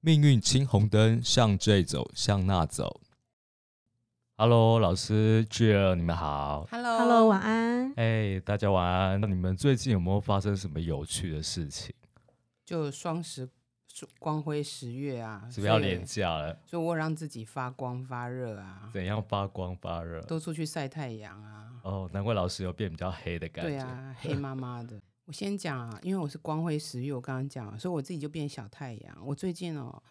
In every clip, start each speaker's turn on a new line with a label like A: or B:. A: 命运青红灯，向这走，向那走。
B: Hello，老师 j e 你们好。
C: Hello，,
D: Hello，晚安。
B: 哎、大家晚安。那你们最近有没有发生什么有趣的事情？
C: 就双十是光辉十月啊，
B: 是不是要
C: 所以
B: 廉价了？
C: 所以我让自己发光发热啊，
B: 怎样发光发热？
C: 都出去晒太阳啊。
B: 哦，难怪老师有变比较黑的感觉。
C: 对啊，黑妈妈的。 我先讲啊，因为我是光辉十月，我刚刚讲了，所以我自己就变小太阳。我最近哦，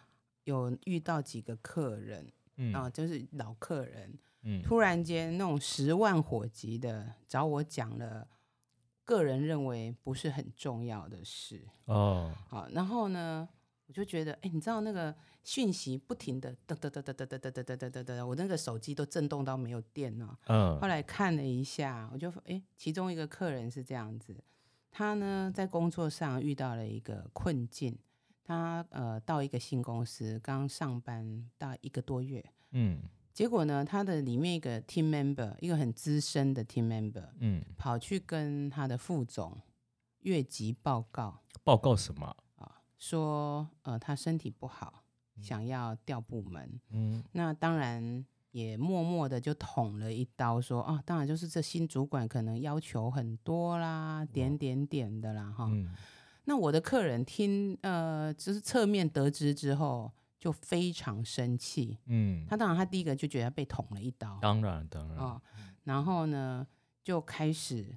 C: 有遇到几个客人
B: 嗯
C: 啊、就是老客人，
B: 嗯
C: 突然间那种十万火急的找我讲了，个人认为不是很重要的事。
B: 哦，
C: 好，然后呢，我就觉得，哎，你知道那个讯息不停的噔噔噔噔噔噔噔噔噔噔噔噔，我那个手机都震动到没有电了。后
B: 嗯
C: 来看了一下，我就哎，其中一个客人是这样子，他呢在工作上遇到了一个困境，他呃到一个新公司刚上班到一个多月，
B: 嗯
C: 结果呢，他的里面一个 team member，一个很资深的 team member，
B: 嗯，
C: 跑去跟他的副总越级报告。
B: 报告什么？
C: 说呃他身体不好，想要调部门。
B: 嗯
C: 那当然也默默的就捅了一刀说，啊，当然就是这新主管可能要求很多啦，点点点的啦哈。
B: 嗯，
C: 那我的客人听呃就是侧面得知之后就非常生气，
B: 嗯，
C: 他当然他第一个就觉得被捅了一刀
B: 当然当然，
C: 哦，然后呢就开始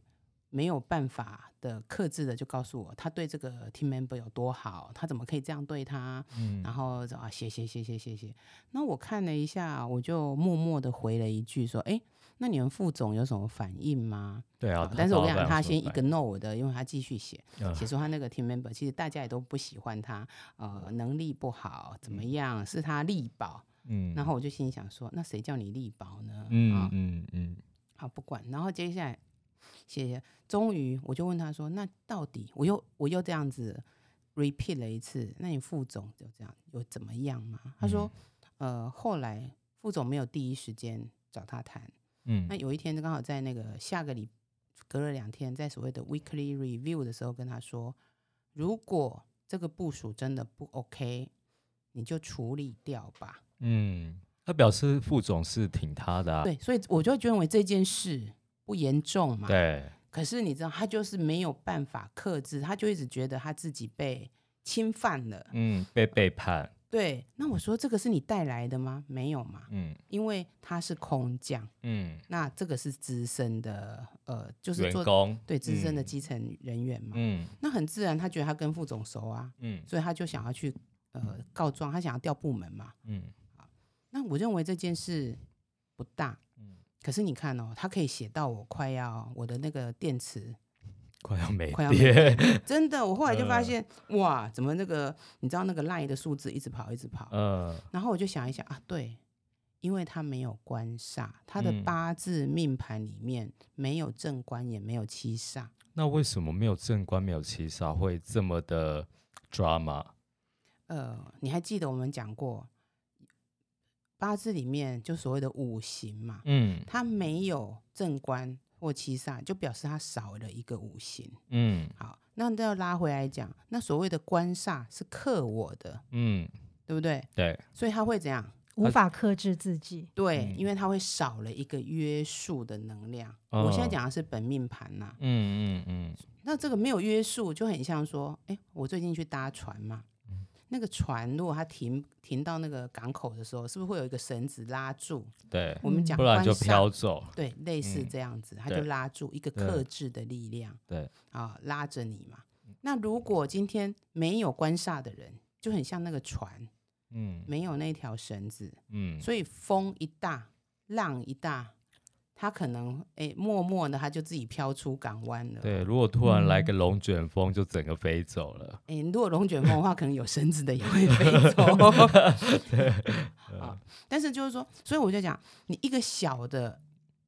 C: 没有办法的克制的就告诉我，他对这个 team member 有多好，他怎么可以这样对他，
B: 嗯
C: 然后啊写写写写写写。那我看了一下，我就默默的回了一句说，哎，那你们副总有什么反应吗？
B: 对啊
C: 啊，但是我跟你讲，他
B: 他
C: 先一个 no 我的，因为他继续写，
B: 嗯
C: 写出他那个 team member，其实大家也都不喜欢他，呃，能力不好，怎么样，是他力保。
B: 嗯
C: 然后我就心想说，那谁叫你力保呢？啊
B: 嗯嗯嗯
C: 好，不管。然后接下来写写，终于我就问他说：“那到底我又我又这样子 repeat 了一次，那你副总就这样有怎么样吗？”他说：“
B: 嗯
C: 呃，后来副总没有第一时间找他谈。
B: 嗯
C: 那有一天刚好在那个下个礼，隔了两天，在所谓的 weekly review 的时候跟他说，如果这个部署真的不 OK，你就处理掉吧。”
B: 嗯，他表示副总是挺他的啊，
C: 对，所以我就认为这件事不严重嘛。
B: 对，
C: 可是你知道，他就是没有办法克制，他就一直觉得他自己被侵犯了。
B: 嗯，被背叛，
C: 对，那我说这个是你带来的吗？没有嘛，
B: 嗯
C: 因为他是空降，
B: 嗯，
C: 那这个是资深的，呃，就是
B: 员
C: 做
B: 工，
C: 对资深的
B: 嗯
C: 基层人员嘛。
B: 嗯
C: 那很自然，他觉得他跟副总熟啊，
B: 嗯
C: 所以他就想要去呃告状，他想要调部门嘛。
B: 嗯
C: 那我认为这件事不大，
B: 嗯，
C: 可是你看哦，他可以写到我快要我的那个电池
B: 快要没
C: 快要没
B: 电，
C: 真的，我后来就发
B: 呃
C: 现，哇，怎么那个你知道那个 line 的数字一直跑，一直跑。
B: 嗯
C: 然后我就想一想啊，对，因为他没有官煞，他的
B: 嗯
C: 八字命盘里面没有正官，也没有七煞。
B: 那为什么没有正官没有七煞会这么的 drama？
C: 呃，你还记得我们讲过，八字里面就所谓的五行嘛，
B: 嗯
C: 他没有正官或七煞，就表示他少了一个五行。
B: 嗯
C: 好，那要拉回来讲，那所谓的官煞是克我的，
B: 嗯，
C: 对不对？
B: 对，
C: 所以他会怎样？
D: 无法克制自己，
C: 对，
B: 嗯
C: 因为它会少了一个约束的能量。我现在
B: 哦
C: 讲的是本命盘呐、
B: 嗯嗯嗯
C: 那这个没有约束，就很像说，哎，我最近去搭船嘛，
B: 嗯
C: 那个船如果它停停到那个港口的时候，是不是会有一个绳子拉住？
B: 对，
C: 我们
D: 嗯
C: 讲
B: 不然就
C: 观赏
B: 飘走。
C: 对，类似
B: 嗯
C: 这样子，它
B: 对
C: 就拉住一个
B: 对
C: 克制的力量，
B: 对
C: 啊，拉着你嘛。那如果今天没有官煞的人，就很像那个船
B: 嗯
C: 没有那条绳子，
B: 嗯，
C: 所以风一大，浪一大，他可能哎、默默的他就自己飘出港湾了。
B: 对，如果突然
C: 嗯
B: 来个龙卷风，就整个飞走了。
C: 哎、如果龙卷风的话，可能有绳子的也会飞走。 啊，但是就是说，所以我就讲，你一个小的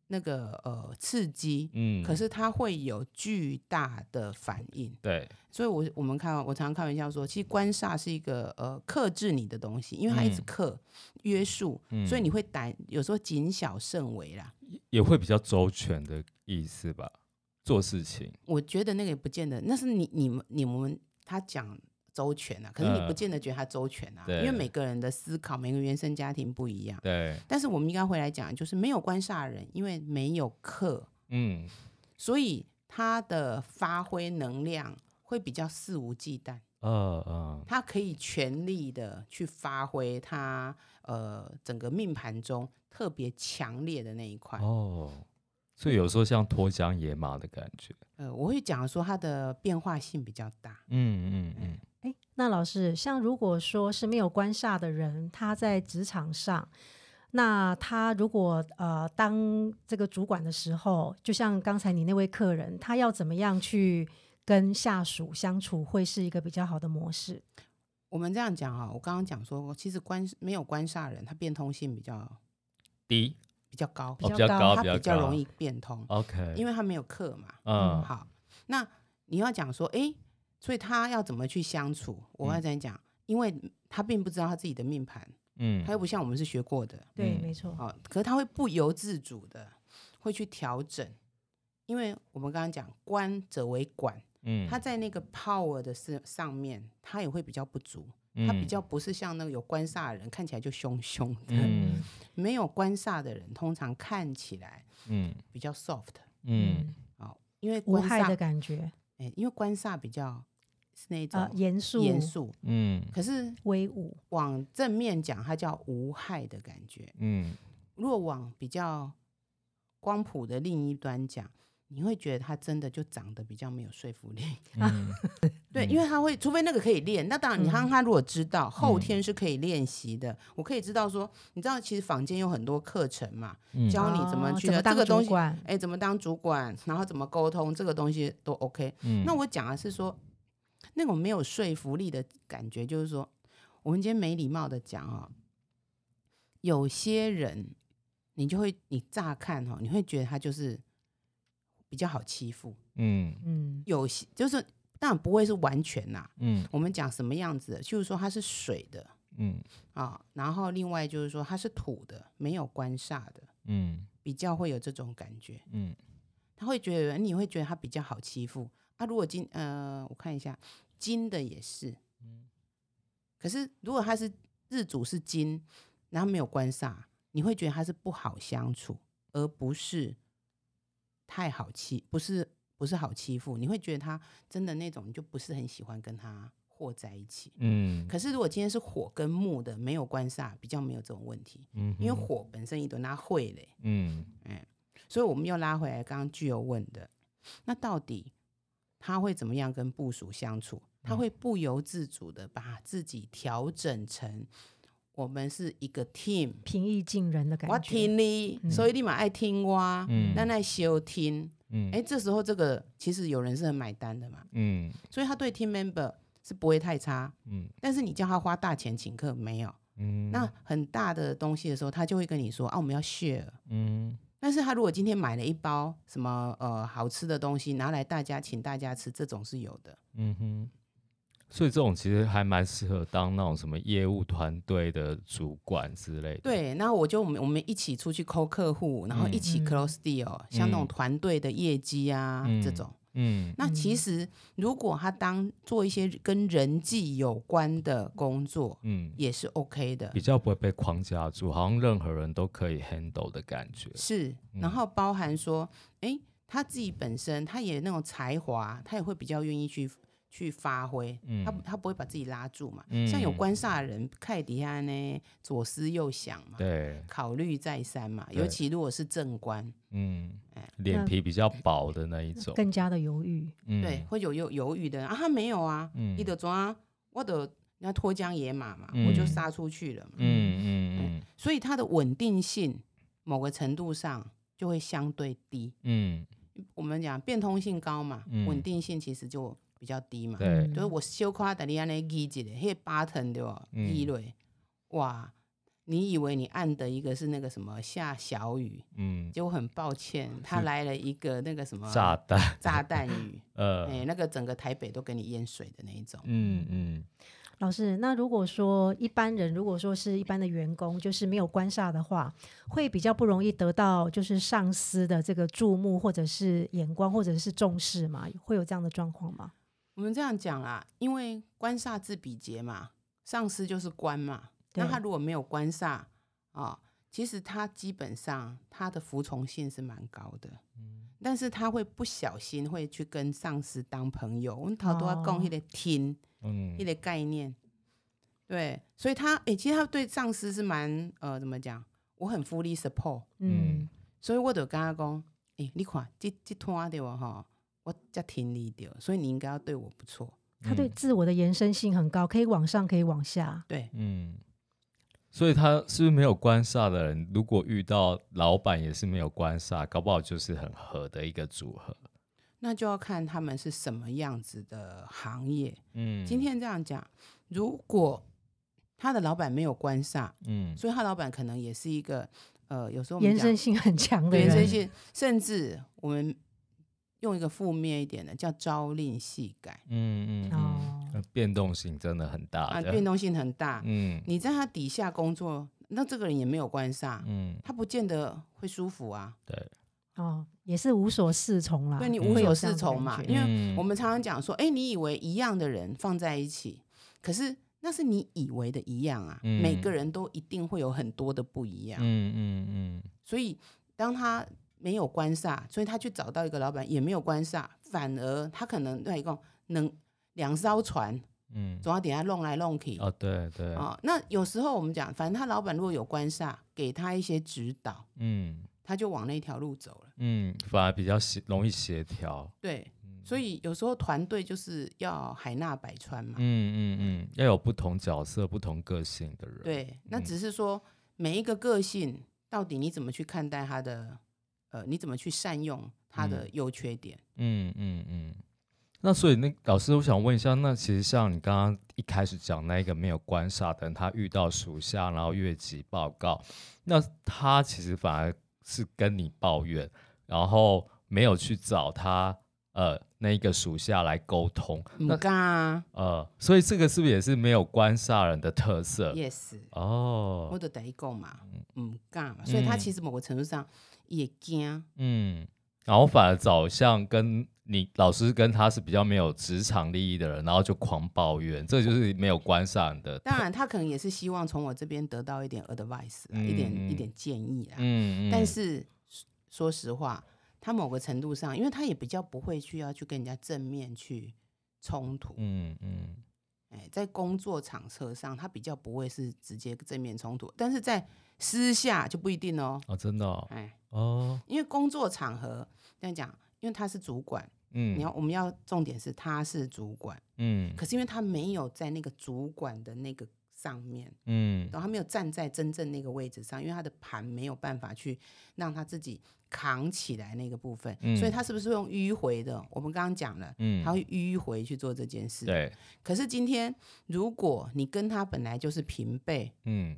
C: 那个呃刺激，
B: 嗯，
C: 可是它会有巨大的反应。
B: 对，
C: 所以我，我们看，我常常开玩笑说，其实官煞是一个呃克制你的东西，因为它一直
B: 嗯
C: 克、约束，
B: 嗯
C: 所以你会胆有时候谨小慎微啦。
B: 也会比较周全的意思吧，做事情。
C: 我觉得那个也不见得，那是你你们你们他讲周全啊，可是你不
B: 嗯
C: 见得觉得它周全啊，
B: 对
C: 因为每个人的思考，每个原生家庭不一样。
B: 对，
C: 但是我们应该回来讲，就是没有官煞人，因为没有克，
B: 嗯，
C: 所以他的发挥能量会比较肆无忌惮，
B: 呃嗯，
C: 他可以全力的去发挥他呃整个命盘中特别强烈的那一块。
B: 哦，所以有时候像脱缰野马的感觉，
C: 呃，我会讲说它的变化性比较大。
B: 嗯嗯嗯，
D: 哎，那老师，像如果说是没有官煞的人，他在职场上，那他如果呃当这个主管的时候，就像刚才你那位客人，他要怎么样去跟下属相处，会是一个比较好的模式？
C: 我们这样讲啊，我刚刚讲说，其实官没有官煞人，他变通性比较
B: 低
C: 比较高，
B: 哦
D: 比
B: 比较
D: 较高
B: 高，
C: 他比较
B: 高
C: 容易变通，
B: ，OK，
C: 因
B: 为
C: 为他没有克嘛。
B: 嗯
C: 好，那你要讲说，诶，所以他要怎么去相处？我要
B: 嗯
C: 这样讲，因为他并不知道他自己的命盘，
B: 嗯，
C: 他又不像我们是学过的，
D: 对，
B: 嗯
D: 没错。
C: 好、可是他会不由自主的会去调整，因为我们刚刚讲官者为管，
B: 嗯
C: 他在那个 power 的是上面，他也会比较不足，
B: 嗯
C: 他比较不是像那个有官煞的人看起来就凶凶的，
B: 嗯
C: 没有官煞的人通常看起来
B: 嗯
C: 比较 soft，
B: 嗯，
C: 好、因为
D: 无
C: 官
D: 害
C: 煞
D: 的感觉，
C: 哎，因为官煞比较是那
D: 呃，
C: 种
D: 严肃、
C: 严肃，
B: 嗯
C: 可是
D: 威武，
C: 往正面讲，它叫无害的感觉；
B: 嗯
C: 若往比较光谱的另一端讲，你会觉得它真的就长得比较没有说服力。
B: 嗯，
C: 对，
B: 嗯
C: 因为他会，除非那个可以练。那当然，你看他如果知道后
B: 嗯
C: 天是可以练习的，我可以知道说，你知道其实坊间有很多课程嘛，
B: 嗯
C: 教你怎么
D: 哦
C: 去
D: 怎
C: 的这
D: 么当
C: 个东
D: 主
C: 西
D: 管，
C: 哎，怎么当主管，然后怎么沟通，这个东西都 OK。
B: 嗯
C: 那我讲的是说，那种没有说服力的感觉，就是说，我们今天没礼貌的讲哦，有些人你就会，你乍看哦，你会觉得他就是比较好欺负，
B: 嗯
D: 嗯，
C: 有些就是当然不会是完全啦、
B: 嗯
C: 我们讲什么样子的，就是说它是水的
B: 嗯
C: 啊，然后另外就是说它是土的，没有官煞的，
B: 嗯
C: 比较会有这种感觉。
B: 嗯
C: 他会觉得你会觉得他比较好欺负啊。如果金呃，我看一下金的也是，可是如果他是日主是金，然后没有官煞，你会觉得他是不好相处，而不是太好欺，不是不是好欺负，你会觉得他真的那种你就不是很喜欢跟他和在一起。
B: 嗯，
C: 可是如果今天是火跟木的，没有官煞，比较没有这种问题，因为火本身一朵那会嘞。
B: 嗯
C: 所以我们又拉回来刚刚具有问的，那到底他会怎么样跟部署相处？他
B: 嗯
C: 会不由自主的把自己调整成我们是一个 team，
D: 平易近人的感觉。
C: 我听你，
D: 嗯
C: 所以你蛮爱听我，
B: 嗯
C: 那爱修听。
B: 嗯
C: 哎，这时候这个其实有人是很买单的嘛，
B: 嗯
C: 所以他对 team member 是不会太差。
B: 嗯
C: 但是你叫他花大钱请客没有？
B: 嗯，
C: 那很大的东西的时候，他就会跟你说啊，我们要 share。
B: 嗯
C: 但是他如果今天买了一包什么呃好吃的东西，拿来大家请大家吃，这种是有的。
B: 嗯哼，所以这种其实还蛮适合当那种什么业务团队的主管之类的。，
C: 对，然后我就我们我们一起出去抠客户，然后一起
D: 嗯
C: close deal，、像那种
B: 嗯
C: 团队的业绩啊、
B: 嗯
C: 这种。
B: 嗯
C: 那其
D: 嗯
C: 实如果他当做一些跟人际有关的工作，
B: 嗯，
C: 也是 OK 的
B: 比。较不会被框架住，好像任何人都可以 handle 的感觉。
C: 是，
B: 嗯
C: 然后包含说，哎，他自己本身他也那种才华，他也会比较愿意去去发挥，他不
B: 嗯
C: 他不会把自己拉住嘛。像有
B: 嗯
C: 官煞的人，凯迪安呢，左思右想嘛，
B: 对，
C: 考虑再三嘛，尤
B: 对
C: 其如果是正官，
B: 嗯
C: 哎，
B: 脸
D: 那
B: 皮比较薄的那一种。
D: 更加的犹豫，
B: 嗯
C: 对，，会有有犹豫的人啊，他没有啊，
B: 嗯
C: 你得抓，我得人家脱缰野马嘛，
B: 嗯
C: 我就杀出去了嘛，
B: 嗯嗯
C: 所以他的稳定性某个程度上就会相对低。
B: 嗯
C: 我们讲变通性高嘛，
B: 嗯
C: 稳定性其实就比较低嘛。
B: 对
D: 嗯
C: 就是我小夸的你安尼记一个，迄、那个 button 对吧？
B: 嗯
C: 记落，哇！你以为你按的一个是那个什么下小雨，
B: 嗯
C: 结果很抱歉，它来了一个那个什么
B: 嗯，炸弹，
C: 炸 弹雨，哎、
B: 呃，
C: 那个整个台北都给你淹水的那一种。
B: 嗯嗯
D: 老师，那如果说一般人，如果说是一般的员工，就是没有官煞的话，会比较不容易得到就是上司的这个注目，或者是眼光，或者是重视嘛？会有这样的状况吗？
C: 我们这样讲啦，因为官煞自比劫嘛，上司就是官嘛，
D: 对
C: 那他如果没有官煞啊、其实他基本上他的服从性是蛮高的，
D: 嗯
C: 但是他会不小心会去跟上司当朋友。我们头都要
D: 哦
C: 讲一个听，
B: 嗯
C: 一，个概念，对，所以他诶、其实他对上司是蛮呃，怎么讲？我很 fully support，
D: 嗯
B: 嗯
C: 所以我就跟他讲，诶、你看这这摊对我哈，我才挺你的，所以你应该要对我不错，
D: 他
B: 嗯
D: 对自我的延伸性很高，可以往上，可以往下。
C: 对，
B: 嗯，所以他是不是没有官煞的人，如果遇到老板也是没有官煞，搞不好就是很合的一个组合。
C: 那就要看他们是什么样子的行业。
B: 嗯，
C: 今天这样讲，如果他的老板没有官煞，
B: 嗯
C: 所以他老板可能也是一个呃，有时候我们
D: 延
C: 讲
D: 伸性很强的
C: 对这
D: 人，
C: 些，甚至我们用一个负面一点的叫朝令夕改
B: 嗯嗯
D: 哦
B: 嗯，呃变动性真的很大
C: 啊，
B: 的。
C: 变动性很大。
B: 嗯
C: 你在他底下工作，那这个人也没有关煞，
B: 嗯，
C: 他不见得会舒服啊，
B: 对，
D: 哦，也是无所适从啦。
C: 对你
D: 会有
C: 无所
D: 这样
C: 适
D: 的
C: 从
D: 感
C: 嘛。
D: 觉
C: 因为
B: 嗯
C: 我们常常讲说，哎，你以为一样的人放在一起，可是那是你以为的一样啊，
B: 嗯
C: 每个人都一定会有很多的不一样，
B: 嗯嗯嗯
C: 所以当他。没有官煞，所以他去找到一个老板也没有官煞，反而他可能对一共能两艘船，
B: 嗯，
C: 总要底下弄来弄去
B: 哦对对，
C: 啊、那有时候我们讲，反正他老板如果有官煞，给他一些指导，
B: 嗯
C: 他就往那条路走了。
B: 嗯，反而比较协容易协调。
C: 对，
B: 嗯
C: 所以有时候团队就是要海纳百川嘛。
B: 嗯嗯嗯，要有不同角色、不同个性的人。，嗯
C: 对，那只是说每一个个性到底你怎么去看待他的，呃，你怎么去善用他的优缺点？
B: 嗯嗯嗯。那所以那老师，我想问一下，那其实像你刚刚一开始讲那一个没有官煞的人，他遇到属下，然后越级报告，那他其实反而是跟你抱怨，然后没有去找他呃那一个属下来沟通，
C: 嗯，
B: 那
C: 嘎、啊、
B: 呃，所以这个是不是也是没有官煞人的特色？
C: ，yes，
B: 呃哦
C: 我，的得够嘛，嗯，嘎嘛，所以他
B: 嗯
C: 其实某个程度上也惊，
B: 嗯，然后反而找像跟你老师跟他是比较没有职场利益的人，然后就狂抱怨，这就是没有观赏的。
C: 当，然他可能也是希望从我这边得到一点 advice 啦，一点一
B: 嗯嗯
C: 点建议啦。
B: 嗯，嗯
C: 但，是说实话，他某个程度上，因为他也比较不会去要去跟人家正面去冲突，
B: 嗯嗯
C: 哎，在工作场合上，他比较不会是直接正面冲突，但是在私下就不一定哦，
B: 哦，真的哦，
C: 哎，
B: 哦
C: 因为工作场合这样讲，因为他是主管，
B: 嗯，
C: 你要我们要重点是他是主管，
B: 嗯
C: 可是因为他没有在那个主管的那个上面，
B: 嗯
C: 然后他没有站在真正那个位置上，因为他的盘没有办法去让他自己扛起来那个部分，
B: 嗯
C: 所以他是不是用迂回的？我们刚刚讲了，
B: 嗯，
C: 他会迂回去做这件事。
B: 对，
C: 可是今天如果你跟他本来就是平辈，
B: 嗯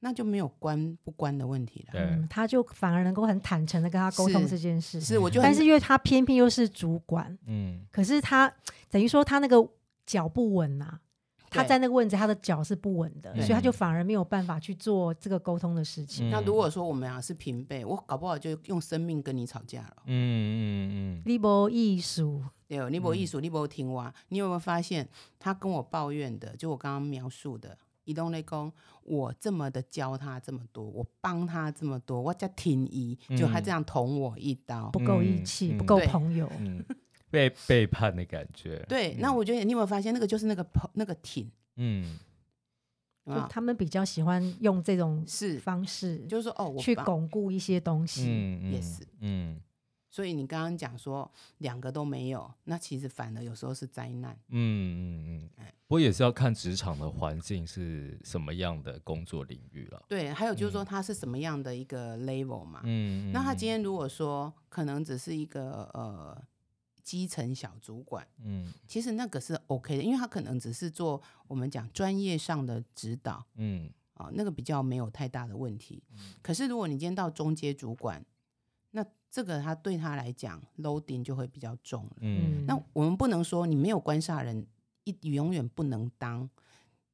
C: 那就没有关不关的问题了。
B: 对
D: 嗯，他就反而能够很坦诚的跟他沟通
C: 是
D: 这件事。
C: 是，我就很
D: 但是因为他偏偏又是主管，
B: 嗯
D: 可是他等于说他那个脚不稳呐、他
C: 对
D: 在那个位置，他的脚是不稳的，
C: 对
D: 所以他就反而没有办法去做这个沟通的事情。
C: 那如果说我们俩是平辈，我搞不好就用生命跟你吵架了。
B: 嗯嗯嗯，
D: 立波艺术，
C: 对哦，你没艺术，你没听哇？你有没有发现他跟我抱怨的，就我刚刚描述的，移动内功，我这么的教他这么多，我帮他这么多，我在听伊，就他这样捅我一刀。
D: 不够义气，
B: 嗯
D: 不够
C: 对
D: 朋友。
B: 嗯，被背叛的感觉，
C: 对，那我觉得你有没有发现，那个就是那个捧那个挺，
B: 嗯
C: 有没
D: 就
C: 有
D: 他们比较喜欢用这种
C: 是，
D: 方式
C: 就是说哦，我
D: 去
C: 帮
D: 巩固一些东西。
B: 嗯
C: 也是，
B: 嗯
C: 所以你刚刚讲说两个都没有，那其实反而有时候是灾难。
B: 嗯嗯
C: 哎
B: 嗯，不过也是要看职场的环境是什么样的工作领域了。
C: 对，还有就是说他是什么样的一个 level 嘛？
B: 嗯，
C: 啊那他
B: 嗯
C: 今天如果说可能只是一个呃基层小主管，
B: 嗯
C: 其实那个是 OK 的，因为他可能只是做我们讲专业上的指导
B: 嗯
C: 啊、那个比较没有太大的问题。可是如果你今天到中阶主管，那这个他对他来讲 loading 就会比较重了。
B: 嗯
C: 那我们不能说你没有官煞人，一永远不能当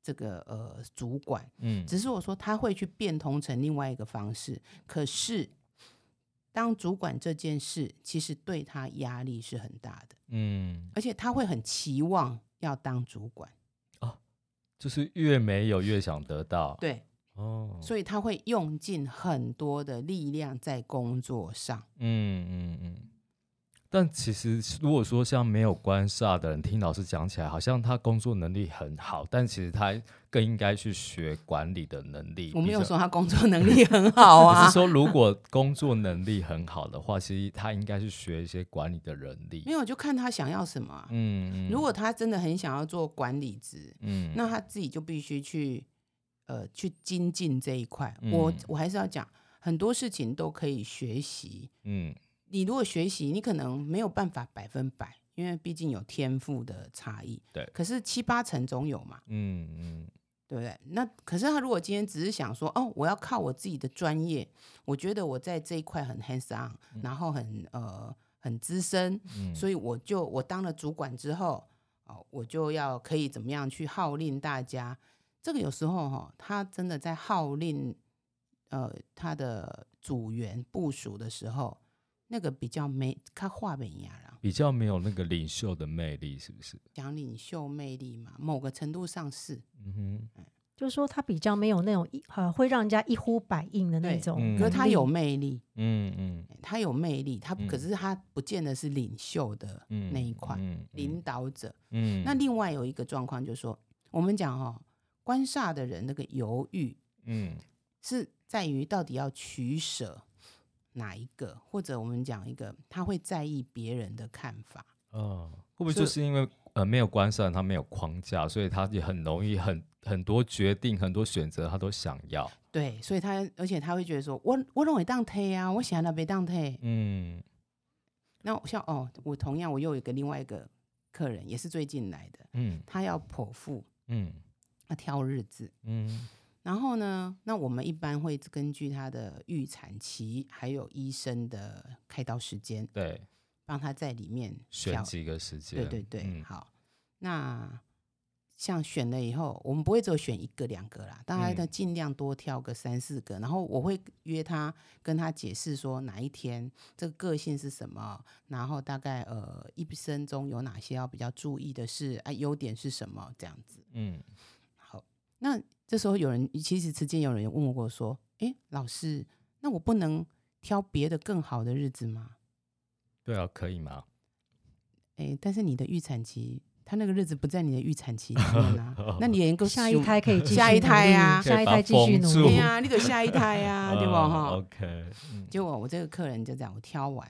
C: 这个呃主管，
B: 嗯
C: 只是我说他会去变通成另外一个方式。可是当主管这件事，其实对他压力是很大的，
B: 嗯，
C: 而且他会很期望要当主管，
B: 就是越没有越想得到，，
C: 对，
B: 哦，
C: 所以他会用尽很多的力量在工作上。
B: 嗯嗯嗯。但其实，如果说像没有官煞的人，听老师讲起来，好像他工作能力很好，但其实他更应该去学管理的能力。
C: 我没
B: 比
C: 有
B: 较
C: 说他工作能力很 好
B: 我
C: 啊
B: 是，说，如果工作能力很好的话，其实他应该去学一些管理的能力
C: 没。有就看他想要什么啊、
B: 嗯，嗯
C: 如果他真的很想要做管理职，
B: 嗯
C: 那他自己就必须去呃去精进这一块。我
B: 嗯
C: 我还是要讲，很多事情都可以学习。
B: 嗯
C: 你如果学习，你可能没有办法百分百，因为毕竟有天赋的差异。
B: 对
C: 可是七八成总有嘛，
B: 嗯嗯
C: 对不对？那可是他如果今天只是想说，哦，我要靠我自己的专业，我觉得我在这一块很 hands on，、然后很呃很资深，
B: 嗯，
C: 所以我就我当了主管之后，哦，我就要可以怎么样去号令大家。这个有时候哈、他真的在号令呃他的组员部署的时候，那个比较没他话本一样啦，
B: 比较没有那个领袖的魅力，是不是？
C: 讲领袖魅力嘛，某个程度上是。
B: 嗯
D: 就是说他比较没有那种一呃会让人家一呼百应的那
C: 对
D: 种
B: 嗯
D: 能力，
C: 可是他有魅力，
B: 哼，嗯嗯
C: 他有魅力，他
B: 嗯
C: 可是他不见得是领袖的
B: 嗯，
C: 那一块，
B: 嗯
C: 领，导者。
B: 嗯，
C: 那另外有一个状况就是说，我们讲哦，官煞的人那个犹豫，
B: 嗯
C: 是在于到底要取舍哪一个，或者我们讲一个，他会在意别人的看法。
B: 哦，会不会就是因为呃没有关上，他没有框架，所以他也很容易很很多决定、很多选择，他都想要。
C: 对，所以他而且他会觉得说，我我认为当推啊，我想要被当推。
B: 嗯
C: 那我像哦，我同样我又有一个另外一个客人，也是最近来的，
B: 嗯
C: 他要剖腹，
B: 嗯
C: 要挑日子。
B: 嗯
C: 然后呢，那我们一般会根据他的预产期，还有医生的开刀时间，
B: 对，
C: 帮他在里面
B: 选
C: 挑
B: 几个时间。
C: 对对对，
B: 嗯
C: 好，那像选了以后，我们不会只有选一个两个啦，大概
B: 嗯
C: 呢尽量多挑个三四个，然后我会约他跟他解释说哪一天这个个性是什么，然后大概呃一生中有哪些要比较注意的事啊，优点是什么这样子。
B: 嗯
C: 好，那这时候有人其实之间有人问我说，诶，老师，那我不能挑别的更好的日子吗？
B: 对啊，可以吗？，
C: 哎，但是你的预产期，他那个日子不在你的预产期里面啊 那你连个
D: 下一
C: 数
D: 胎可以继续
C: 下一胎啊呀
D: 努力下一胎继续
B: 可以把它
C: 对
D: 努力
B: 封住。
C: 呀、你得下一胎呀、 啊对吧？
B: 嗯
C: 哈、
B: OK，嗯
C: 结果我这个客人就这样，我挑完，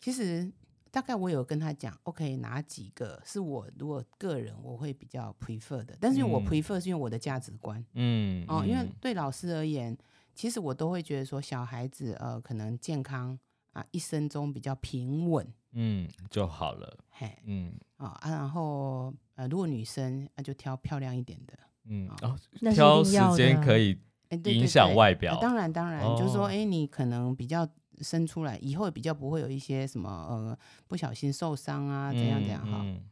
C: 其实大概我有跟他讲，OK，哪几个是我如果个人我会比较 prefer 的，但是因为我
B: 嗯
C: prefer 是因为我的价值观、
B: 嗯
C: 哦，因为
B: 嗯
C: 对老师而言，其实我都会觉得说小孩子呃可能健康啊一生中比较平稳，
B: 嗯就好了。
C: 嘿，
B: 嗯
C: 啊啊，然后呃，如果女生那、就挑漂亮一点的，
B: 嗯，
C: 好
B: 哦，
D: 那是一
B: 挑
D: 定
B: 时
D: 要
B: 间
D: 的
B: 可以
C: 哎，对
B: 影响外表
C: 啊。当然当然，就是说，
B: 哦
C: 哎，你可能比较生出来以后比较不会有一些什么呃不小心受伤啊，怎样怎样哈、
B: 嗯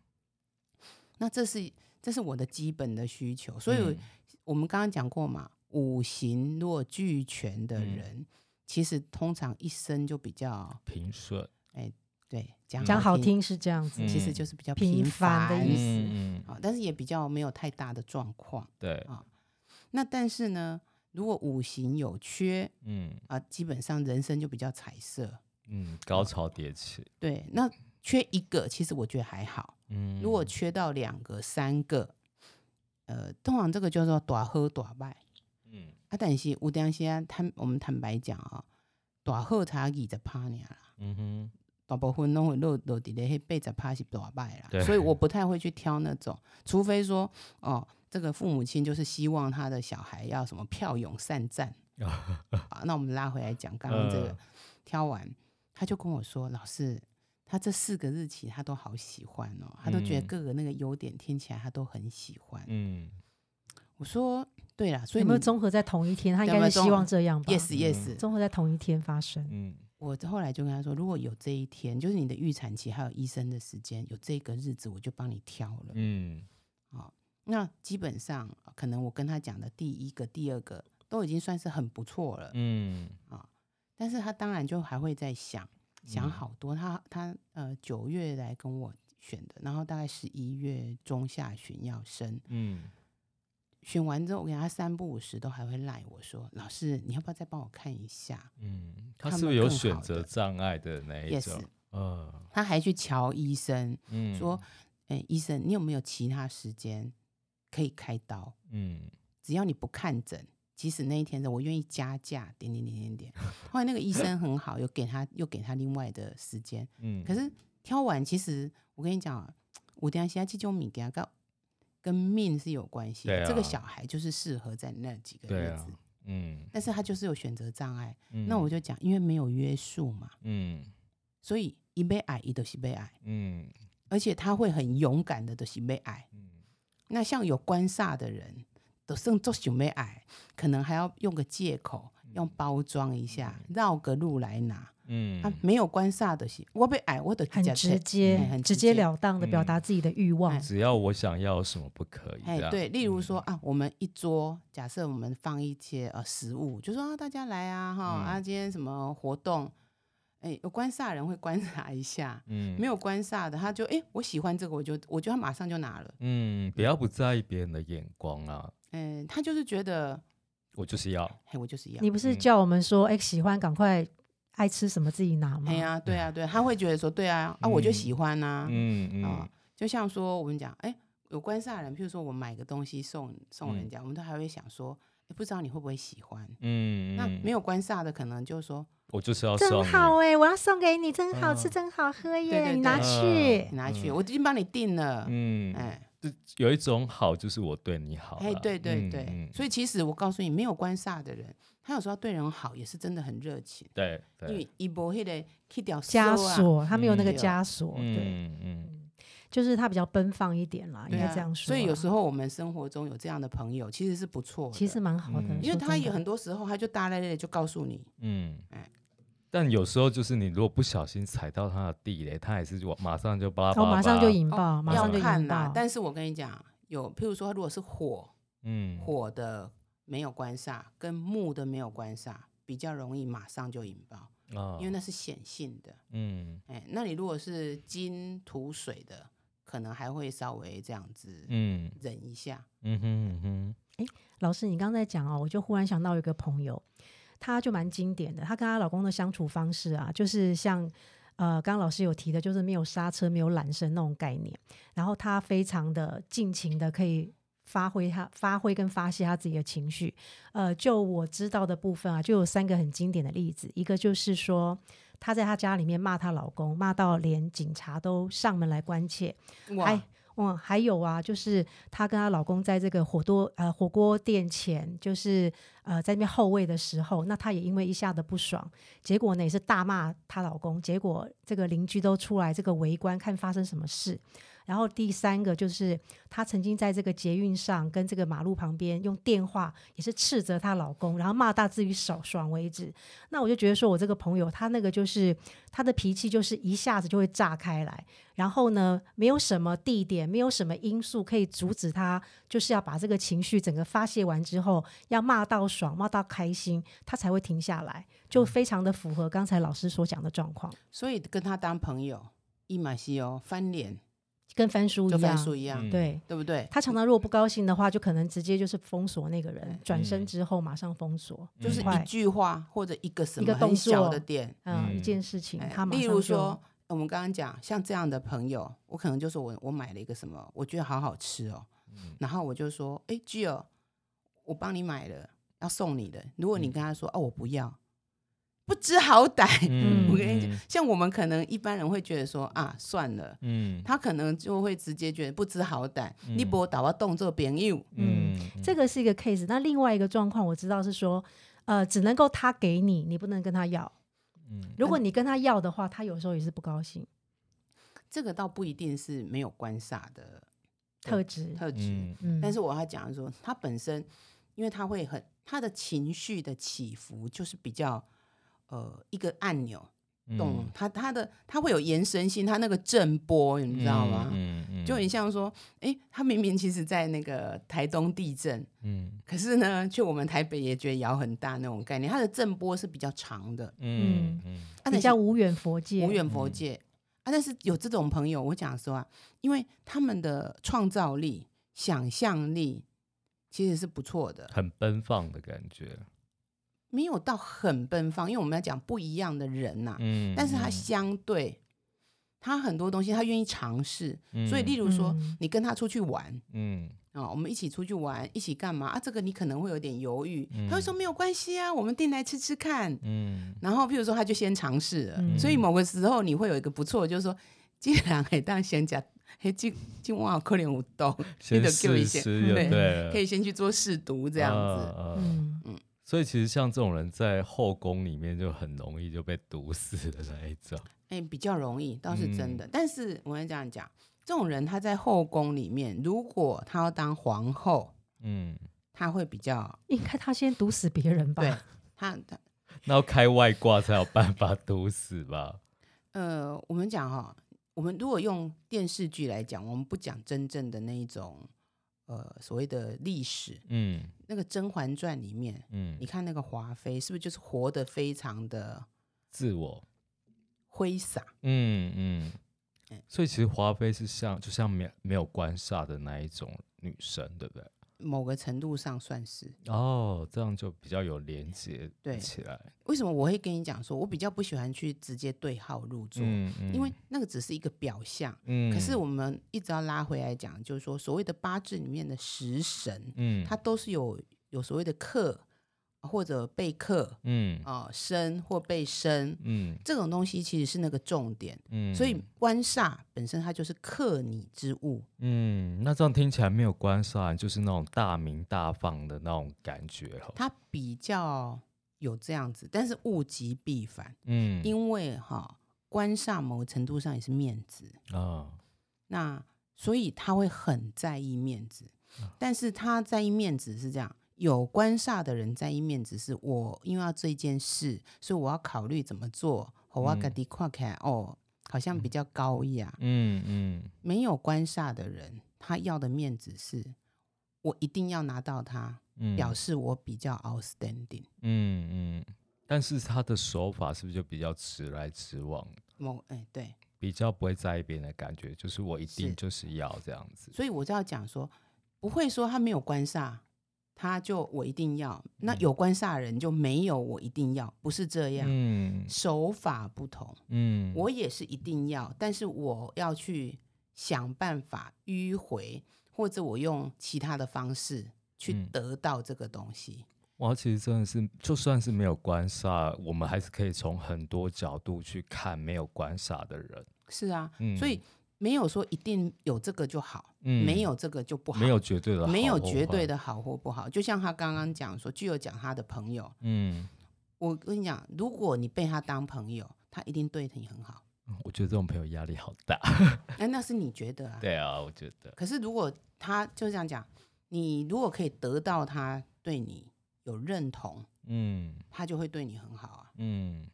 C: 那这是这是我的基本的需求，所以
B: 嗯
C: 我们刚刚讲过嘛，五行若俱全的
B: 嗯
C: 人，其实通常一生就比较
B: 平顺，
C: 对讲
D: 讲好
C: 好听，
D: 听是这样子，
C: 其实就是比较
D: 平
C: 平
D: 凡的意思
B: 嗯嗯嗯，
C: 啊，但是也比较没有太大的状况。
B: 对，
C: 那但是呢，如果五行有缺
B: 嗯
C: 啊、基本上人生就比较彩色。
B: 嗯，高潮迭起，
C: 对，那缺一个其实我觉得还好，
B: 嗯，
C: 如果缺到两个、三个，呃，通常这个叫做短喝短败
B: 嗯
C: 啊。但是有当时啊，坦我们坦白讲啊、短喝才二十趴尔啦，
B: 嗯哼，
C: 大部分拢会落落伫咧迄八十趴是短败
B: 对
C: 啦，所以我不太会去挑那种，除非说哦。这个父母亲就是希望他的小孩要什么票勇 善战啊。那我们拉回来讲刚刚这个，
B: 嗯
C: 挑完，他就跟我说：“老师，他这四个日期他都好喜欢哦，他都觉
B: 嗯
C: 得各个那个优点听起来他都很喜欢。
B: 嗯
C: 我说：“对啦，所以
D: 有
C: 你
D: 没有综合在同一天？他应
C: 有没
D: 该
C: 有
D: 是希
C: 综合
D: 望这样吧
C: yes
B: 嗯
C: yes。
D: 综合在同一天发生，
B: 嗯
C: 我后来就跟他说：“如果有这一天，就是你的预产期还有医生的时间，有这个日子，我就帮你挑了。
B: 嗯
C: 那基本上呃可能我跟他讲的第一个、第二个都已经算是很不错了。
B: 嗯
C: 但是他当然就还会在想，想好多。他他呃九月来跟我选的，然后大概十一月中下旬要生，
B: 嗯，
C: 选完之后，我给他三不五时都还会赖我说：“老师，你要不要再帮我看一下
B: 嗯，他
C: 他
B: 是不
C: 们
B: 是有
C: 更
B: 选
C: 好
B: 择
C: 的
B: 障碍的那一种
C: ？”Yes，？
B: 嗯
C: 他还去瞧医生，
B: 嗯，
C: 说：“哎、医生，你有没有其他时间可以开刀？
B: 嗯
C: 只要你不看诊，即使那一天的我愿意加价，点点点点点。”后来那个医生很好，又给他又给他另外的时间。
B: 嗯，
C: 可是挑完，其实我跟你讲啊，我等一下现在这种米给他跟跟命是有关系的。
B: 对啊
C: 这个小孩就是适合在那几个
B: 对
C: 日
B: 啊
C: 子。
B: 嗯，
C: 但是他就是有选择障碍，
B: 嗯
C: 那我就讲，因为没有约束嘛，
B: 嗯
C: 所以一被矮，一都是被矮，
B: 嗯
C: 而且他会很勇敢的，都是被矮。
B: 嗯
C: 那像有官煞的人，都剩做想被矮，可能还要用个借口，用包装一下，绕个路来拿。
B: 嗯
C: 啊，没有官煞的是，我被矮，我的
D: 很直接、
C: 嗯很
D: 直
C: 直
D: 截
C: 接嗯
D: 了当的表达自己的欲望。
C: 哎
B: 只要我想要有什么不可以？
C: 哎
B: 这，样
C: 对，例如说啊，我们一桌，假设我们放一些呃食物，就说啊，大家来啊，哈，
B: 嗯
C: 啊，今天什么活动，哎，有官煞的人会观察一下，
B: 嗯
C: 没有官煞的，他就哎、我喜欢这个，我就我觉得他马上就拿了，
B: 嗯，不要不在意别人的眼光啊，
C: 嗯、他就是觉得，
B: 我就是要，
C: 嘿，我就是要
D: 你，不是叫我们说，哎、喜欢赶快爱吃什么自己拿吗？
C: 哎呀、对啊，对啊，他会觉得说，对啊，啊，我就喜欢呐、啊，
B: 嗯
C: 啊
B: 嗯，
C: 就像说我们讲，哎、有官煞的人，譬如说我买个东西送送人家，我们都还会想说，哎，不知道你会不会喜欢。
B: 嗯，
C: 那
B: 嗯
C: 没，有官煞的，可能就是说
B: 我就是要送
D: 真
B: 你
D: 好，哎、我要送给你，真好吃，
B: 嗯
D: 真好喝耶！
C: 对对嗯
D: 你拿
B: 对
D: 去。
C: 你哎拿去，我已经帮你订了。
B: 嗯，
C: 哎
B: 有一种好就是我对你好啦，
C: 哎，对对
B: 嗯
C: 对，
B: 嗯
C: 所以其实我告诉你，没有官煞的人，他有时候对人好也是真的很热情，
B: 对对，
C: 因为一波黑的去掉
D: 枷
C: 啊，
D: 锁，他没有那个
C: 嗯
D: 枷锁，对，
B: 嗯嗯
D: 就是他比较奔放一点啦，应
C: 对
D: 该
C: 啊
D: 这样说
C: 所
D: 啦。
C: 以有时候我们生活中有这样的朋友，其实是不错的。
D: 其实，蛮好的，
B: 嗯
C: 因为
D: 说
C: 他
D: 真
C: 也
D: 的
C: 很多时候他就大咧咧地就告诉你，
B: 嗯
C: 哎。
B: 但有时候就是你如果不小心踩到他的地雷，他也是往马上就巴拉巴
D: 哦，
B: 拉巴拉，
D: 马上就引爆，马
C: 要
D: 上就
C: 看
D: 引
C: 啦
D: 爆。。
C: 但是我跟你讲，有譬如说，如果是火
B: 嗯，
C: 火的没有官煞，跟木的没有官煞，比较容易马上就引爆，
B: 啊，
C: 因为那是显性的。
B: 嗯
C: 哎，那你如果是金土水的，可能还会稍微这样子
B: 嗯
C: 忍一下。
B: 嗯哼嗯哼，
D: 老师，你刚才讲哦，我就忽然想到一个朋友，她就蛮经典的，她跟她老公的相处方式啊，就是像呃，刚刚老师有提的，就是没有刹车、没有缆绳那种概念，然后她非常的尽情的可以。发挥她发挥跟发泄她自己的情绪，呃，就我知道的部分啊，就有三个很经典的例子。一个就是说，她在她家里面骂她老公，骂到连警察都上门来关切，还
C: 哇，
D: 嗯，还有啊，就是她跟她老公在这个火多呃火锅店前，就是呃在那边后位的时候，那她也因为一下子不爽，结果呢也是大骂她老公，结果这个邻居都出来这个围观看发生什么事。然后第三个就是她曾经在这个捷运上跟这个马路旁边用电话也是斥责她老公，然后骂大至于爽爽为止。那我就觉得说我这个朋友她那个就是她的脾气就是一下子就会炸开来。然后呢，没有什么地点，没有什么因素可以阻止他，就是要把这个情绪整个发泄完之后，要骂到爽，骂到开心，他才会停下来，
C: 嗯
D: 就非常的符合刚才老师所讲的状况，
C: 所以跟他当朋友，一马西哦，翻脸
D: 跟翻书一
C: 就翻
D: 样，
C: 书一样，
B: 嗯
D: 对。
C: 对不对？
D: 他常常如果不高兴的话，就可能直接就是封锁那个人，转身
B: 嗯
D: 之后马上封锁，
C: 嗯就是
D: 快
C: 一句话或者一个什
D: 一个
C: 么很
D: 动
C: 小
D: 作
C: 的点，
D: 嗯，
B: 嗯
D: 一件事情
C: 哎
D: 他马上
C: 例
D: 就
C: 如说，我们刚刚讲像这样的朋友，我可能就说我我买了一个什么，我觉得好好吃哦，
B: 嗯
C: 然后我就说，哎，Gio，我帮你买了，要送你的。如果
B: 嗯
C: 你跟他说、哦，我不要，不知好歹，
D: 嗯
C: 我跟你讲，像我们可能一般人会觉得说啊，算了。
B: 嗯
C: 他可能就会直接觉得不知好歹，
B: 嗯
C: 你不打我动作朋友，
D: 嗯这个是一个 case。那另外一个状况我知道是说，呃，只能够他给你，你不能跟他要。
B: 嗯
D: 如果你跟他要的话，他有时候也是不高兴，
C: 这个倒不一定是没有官煞的
D: 特质。
C: 特质，
B: 嗯
D: 嗯，
C: 但是啊我要讲的说，他本身因为他会很他的情绪的起伏就是比较呃一个按
D: 嗯
C: 钮动，他他的他会有延伸性，他那个震波你知道吗？
B: 嗯嗯
C: 就很像说，哎、他明明其实在那个台东地震，
B: 嗯
C: 可是呢，去我们台北也觉得摇很大那种概念。它的震波是比较长的，
B: 嗯嗯
C: 啊、
D: 比较无远佛界，嗯
C: 无远佛界、啊。但是有这种朋友，我讲说啊，因为他们的创造力、想象力其实是不错的，
B: 很奔放的感觉，
C: 没有到很奔放，因为我们要讲不一样的人呐、
B: 嗯，
C: 啊但是他相对，他很多东西他愿意尝试，
B: 嗯
C: 所以例如说，
D: 嗯
C: 你跟他出去玩，
B: 嗯
C: 啊、我们一起出去玩，一起干嘛啊？这个你可能会有点犹豫，他
B: 嗯
C: 会说没有关系啊，我们订来吃吃看。
B: 嗯
C: 然后，譬如说，他就先尝试了，
D: 嗯
C: 所以某个时候你会有一个不错，就是说，既然可以当先讲，嘿，今今晚可怜无动，
B: 先
C: 就
B: 试
C: Q 一下
B: 试就
D: 对
B: 对
C: 可
B: 以
C: 以先去做试读这样
B: 呃
C: 子。
D: 嗯，
B: 所以其实像这种人在后宫里面就很容易就被毒死的那一种，
C: 哎、比较容易，倒是真的。但是我跟你这样讲，这种人他在后宫里面，如果他要当皇后，
B: 嗯，
C: 他会比较
D: 应该他先毒死别人吧？
C: 对他他
B: 那要开外挂才有办法毒死吧？
C: 呃，我们讲哈、我们如果用电视剧来讲，我们不讲真正的那一种呃所谓的历史。
B: 嗯
C: 那个《甄嬛传》里面，
B: 嗯
C: 你，看那个华妃是不是就是活得非常的
B: 自我，
C: 挥洒？
B: 嗯嗯
C: 哎。
B: 所以其实华妃是像就像没没有官煞的那一种女生，对不对？
C: 某个程度上算是
B: 哦，这样就比较有连接
C: 对
B: 起来。
C: 为什么我会跟你讲说，我比较不喜欢去直接对号入座，
B: 嗯嗯
C: 因为那个只是一个表象。
B: 嗯
C: 可是我们一直要拉回来讲，就是说所谓的八字里面的食神，
B: 嗯
C: 它都是有有所谓的克或者被克，
B: 嗯
C: 啊、生或被生
B: 嗯
C: 这种东西其实是那个重点，
B: 嗯，
C: 所以官煞本身它就是克你之物，
B: 嗯，那这样听起来没有官煞，就是那种大名大放的那种感觉了。
C: 它比较有这样子，但是物极必反，
B: 嗯
C: 因为哈、官煞某程度上也是面子，
B: 啊
C: 那所以他会很在意面子，
B: 啊
C: 但是他在意面子是这样。有官煞的人在意面子，是我因为要这件事，所以我要考虑怎么做。我
B: 嗯
C: 自己看起来哦，好像比较高雅，
B: 嗯嗯
C: 没有官煞的人，他要的面子是，我一定要拿到它，
B: 嗯，
C: 表示我比较 outstanding。
B: 嗯嗯，但是他的手法是不是就比较直来直往，
C: 某哎对，
B: 比较不会在意别人的感觉，就是我一定
C: 是
B: 就是要这样子。
C: 所以我就要讲说，不会说他没有官煞，他就我一定要；那有官煞的人就没有我一定要，不是这样，
B: 嗯
C: 手法不同。
B: 嗯，
C: 我也是一定要，但是我要去想办法迂回，或者我用其他的方式去
B: 嗯
C: 得到这个东西。
B: 哇，其实真的是，就算是没有官煞，我们还是可以从很多角度去看没有官煞的人。
C: 是啊，
B: 嗯，
C: 所以没有说一定有这个就好，
B: 嗯
C: 没有这个就不好，
B: 没有绝对的，
C: 没有绝对。的好或不好。就像他刚刚讲说，具有讲他的朋友，
B: 嗯，
C: 我跟你讲，如果你被他当朋友，他一定对你很好。
B: 我觉得这种朋友压力好大。
C: 哎，那是你觉得啊。
B: 对啊，我觉得，
C: 可是如果他就这样讲，你如果可以得到他对你有认同，
B: 嗯
C: 他就会对你很好啊。
B: 嗯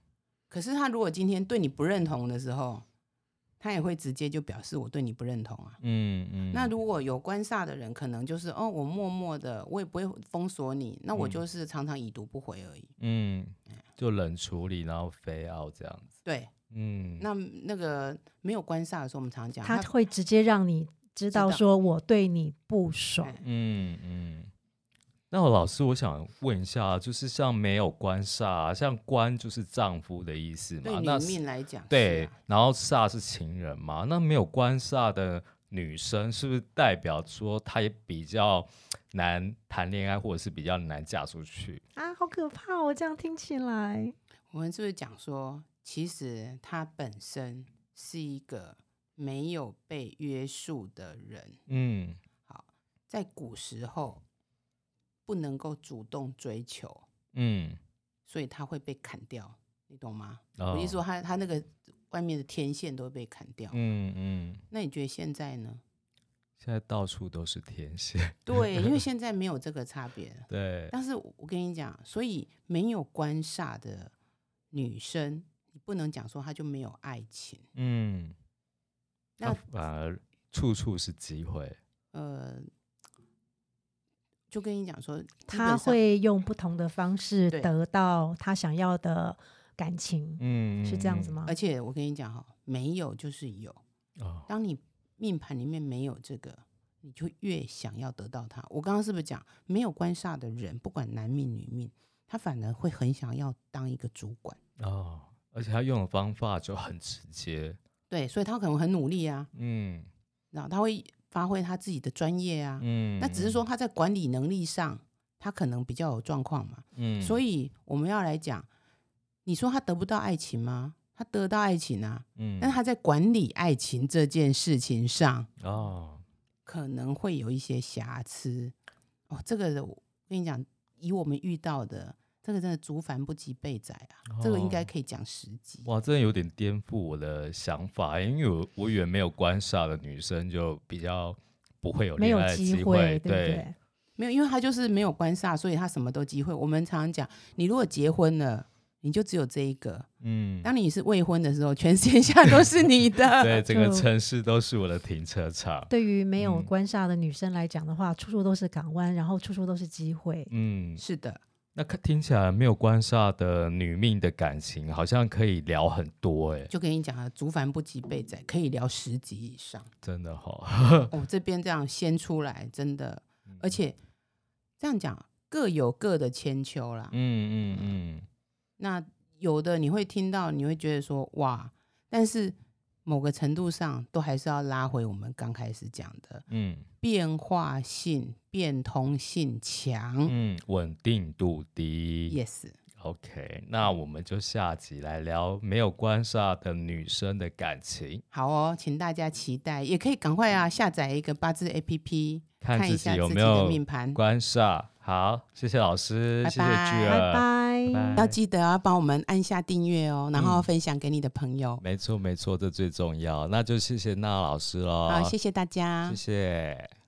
C: 可是他如果今天对你不认同的时候，他也会直接就表示我对你不认同啊。
B: 嗯嗯。
C: 那如果有官煞的人，可能就是哦，我默默的，我也不会封锁你，那我
B: 嗯
C: 就是常常已读不回而已。
B: 嗯，就冷处理，然后非要这样子。
C: 对，
B: 嗯，
C: 那那个没有官煞的时候，我们常讲
D: 他
C: 他
D: 会直接让你知
C: 道
D: 道说我对你不爽。
C: 哎
B: 嗯嗯。那老师，我想问一下，就是像没有官煞、啊像官就是丈夫的意思
C: 对
B: 嘛？那
C: 女命来讲，
B: 对，
C: 是啊
B: 然后煞是情人嘛，那没有官煞的女生，是不是代表说她也比较难谈恋爱，或者是比较难嫁出去？
D: 啊，好可怕哦！这样听起来，
C: 我们是不是讲说，其实他本身是一个没有被约束的人，
B: 嗯
C: 在古时候不能够主动追求，
B: 嗯，
C: 所以他会被砍掉，你懂吗？
B: 哦
C: 我一说他他那个外面的天线都会被砍掉，
B: 嗯嗯，
C: 那你觉得现在 呢？
B: 现在到处都是天蝎，
C: 对，因为现在没有这个差别了。
B: 对，
C: 但是我跟你讲，所以没有官煞的女生，你不能讲说她就没有爱情。
B: 嗯，那
C: 那
B: 反而处处是机会。
C: 呃，就跟你讲说，基
D: 他
C: 本上
D: 会用不同的方式
C: 对
D: 得到他想要的感情，
B: 嗯
D: 是这样子？吗？
C: 而且我跟你讲哈、没有就是有。
B: 哦，
C: 当你命盘里面没有这个，你就越想要得到它。我刚刚是不是讲，没有官煞的人，不管男命女命，他反而会很想要当一个主管。
B: 哦，而且他用的方法就很直接。
C: 对，所以他可能很努力啊，
B: 嗯
C: 然后他会发挥他自己的专业啊。
B: 嗯
C: 那只是说，他在管理能力上，他可能比较有状况嘛。
B: 嗯
C: 所以我们要来讲，你说他得不到爱情吗？他得到爱情啊，
B: 嗯
C: 但他在管理爱情这件事情上，
B: 哦，
C: 可能会有一些瑕疵。哦，这个我跟你讲，以我们遇到的，这个真的竹繁不及备载啊，这个应该
B: 哦
C: 可以讲十集。
B: 哇，真的有点颠覆我的想法，因为我我以为没有官煞的女生就比较不会有
D: 没
B: 恋
D: 有
B: 爱的
D: 机
B: 机
D: 会，对不
B: 对
D: 对？
C: 没有，因为他就是没有官煞，所以他什么都机会。我们常常讲，你如果结婚了，你就只有这一个；
B: 嗯，
C: 当你是未婚的时候，全天下都是你的。
B: 对，整个
D: 就
B: 城市都是我的停车场。
D: 对于没有
B: 嗯
D: 官煞的女生来讲的话，处处都是港湾，然后处处都是机会。
B: 嗯，
C: 是的，
B: 那看听起来没有官煞的女命的感情，好像可以聊很多哎、
C: 就跟你讲啊，竹繁不及备载，可以聊十集以上。
B: 真的哈、
C: 我、这边这样先出来，真的，
B: 嗯
C: 而且这样讲各有各的千秋啦。
B: 嗯嗯嗯，
C: 那有的你会听到，你会觉得说哇，但是某个程度上都还是要拉回我们刚开始讲的
B: 嗯
C: 变化性、变通性强。
B: 嗯，稳定度低。
C: yes，
B: OK，那我们就下集来聊没有官煞的女生的感情，
C: 好哦，请大家期待，也可以赶快啊下载一个八字 APP，
B: 看
C: 一
B: 自己
C: 下
B: 有
C: 自己
B: 没
C: 的
B: 有
C: 命盘，
B: 官煞。好，谢谢老师，
C: 拜
B: 谢谢
C: 拜
B: 巨
D: 拜
B: 儿，
D: 拜。
B: 拜
C: 要记得要帮我们按下订阅哦，然后分享给你的朋友。
B: 没错没错，这最重要。那就谢谢娜老师喽，
C: 啊
B: 啊
C: 好，谢谢大家，
B: 谢谢。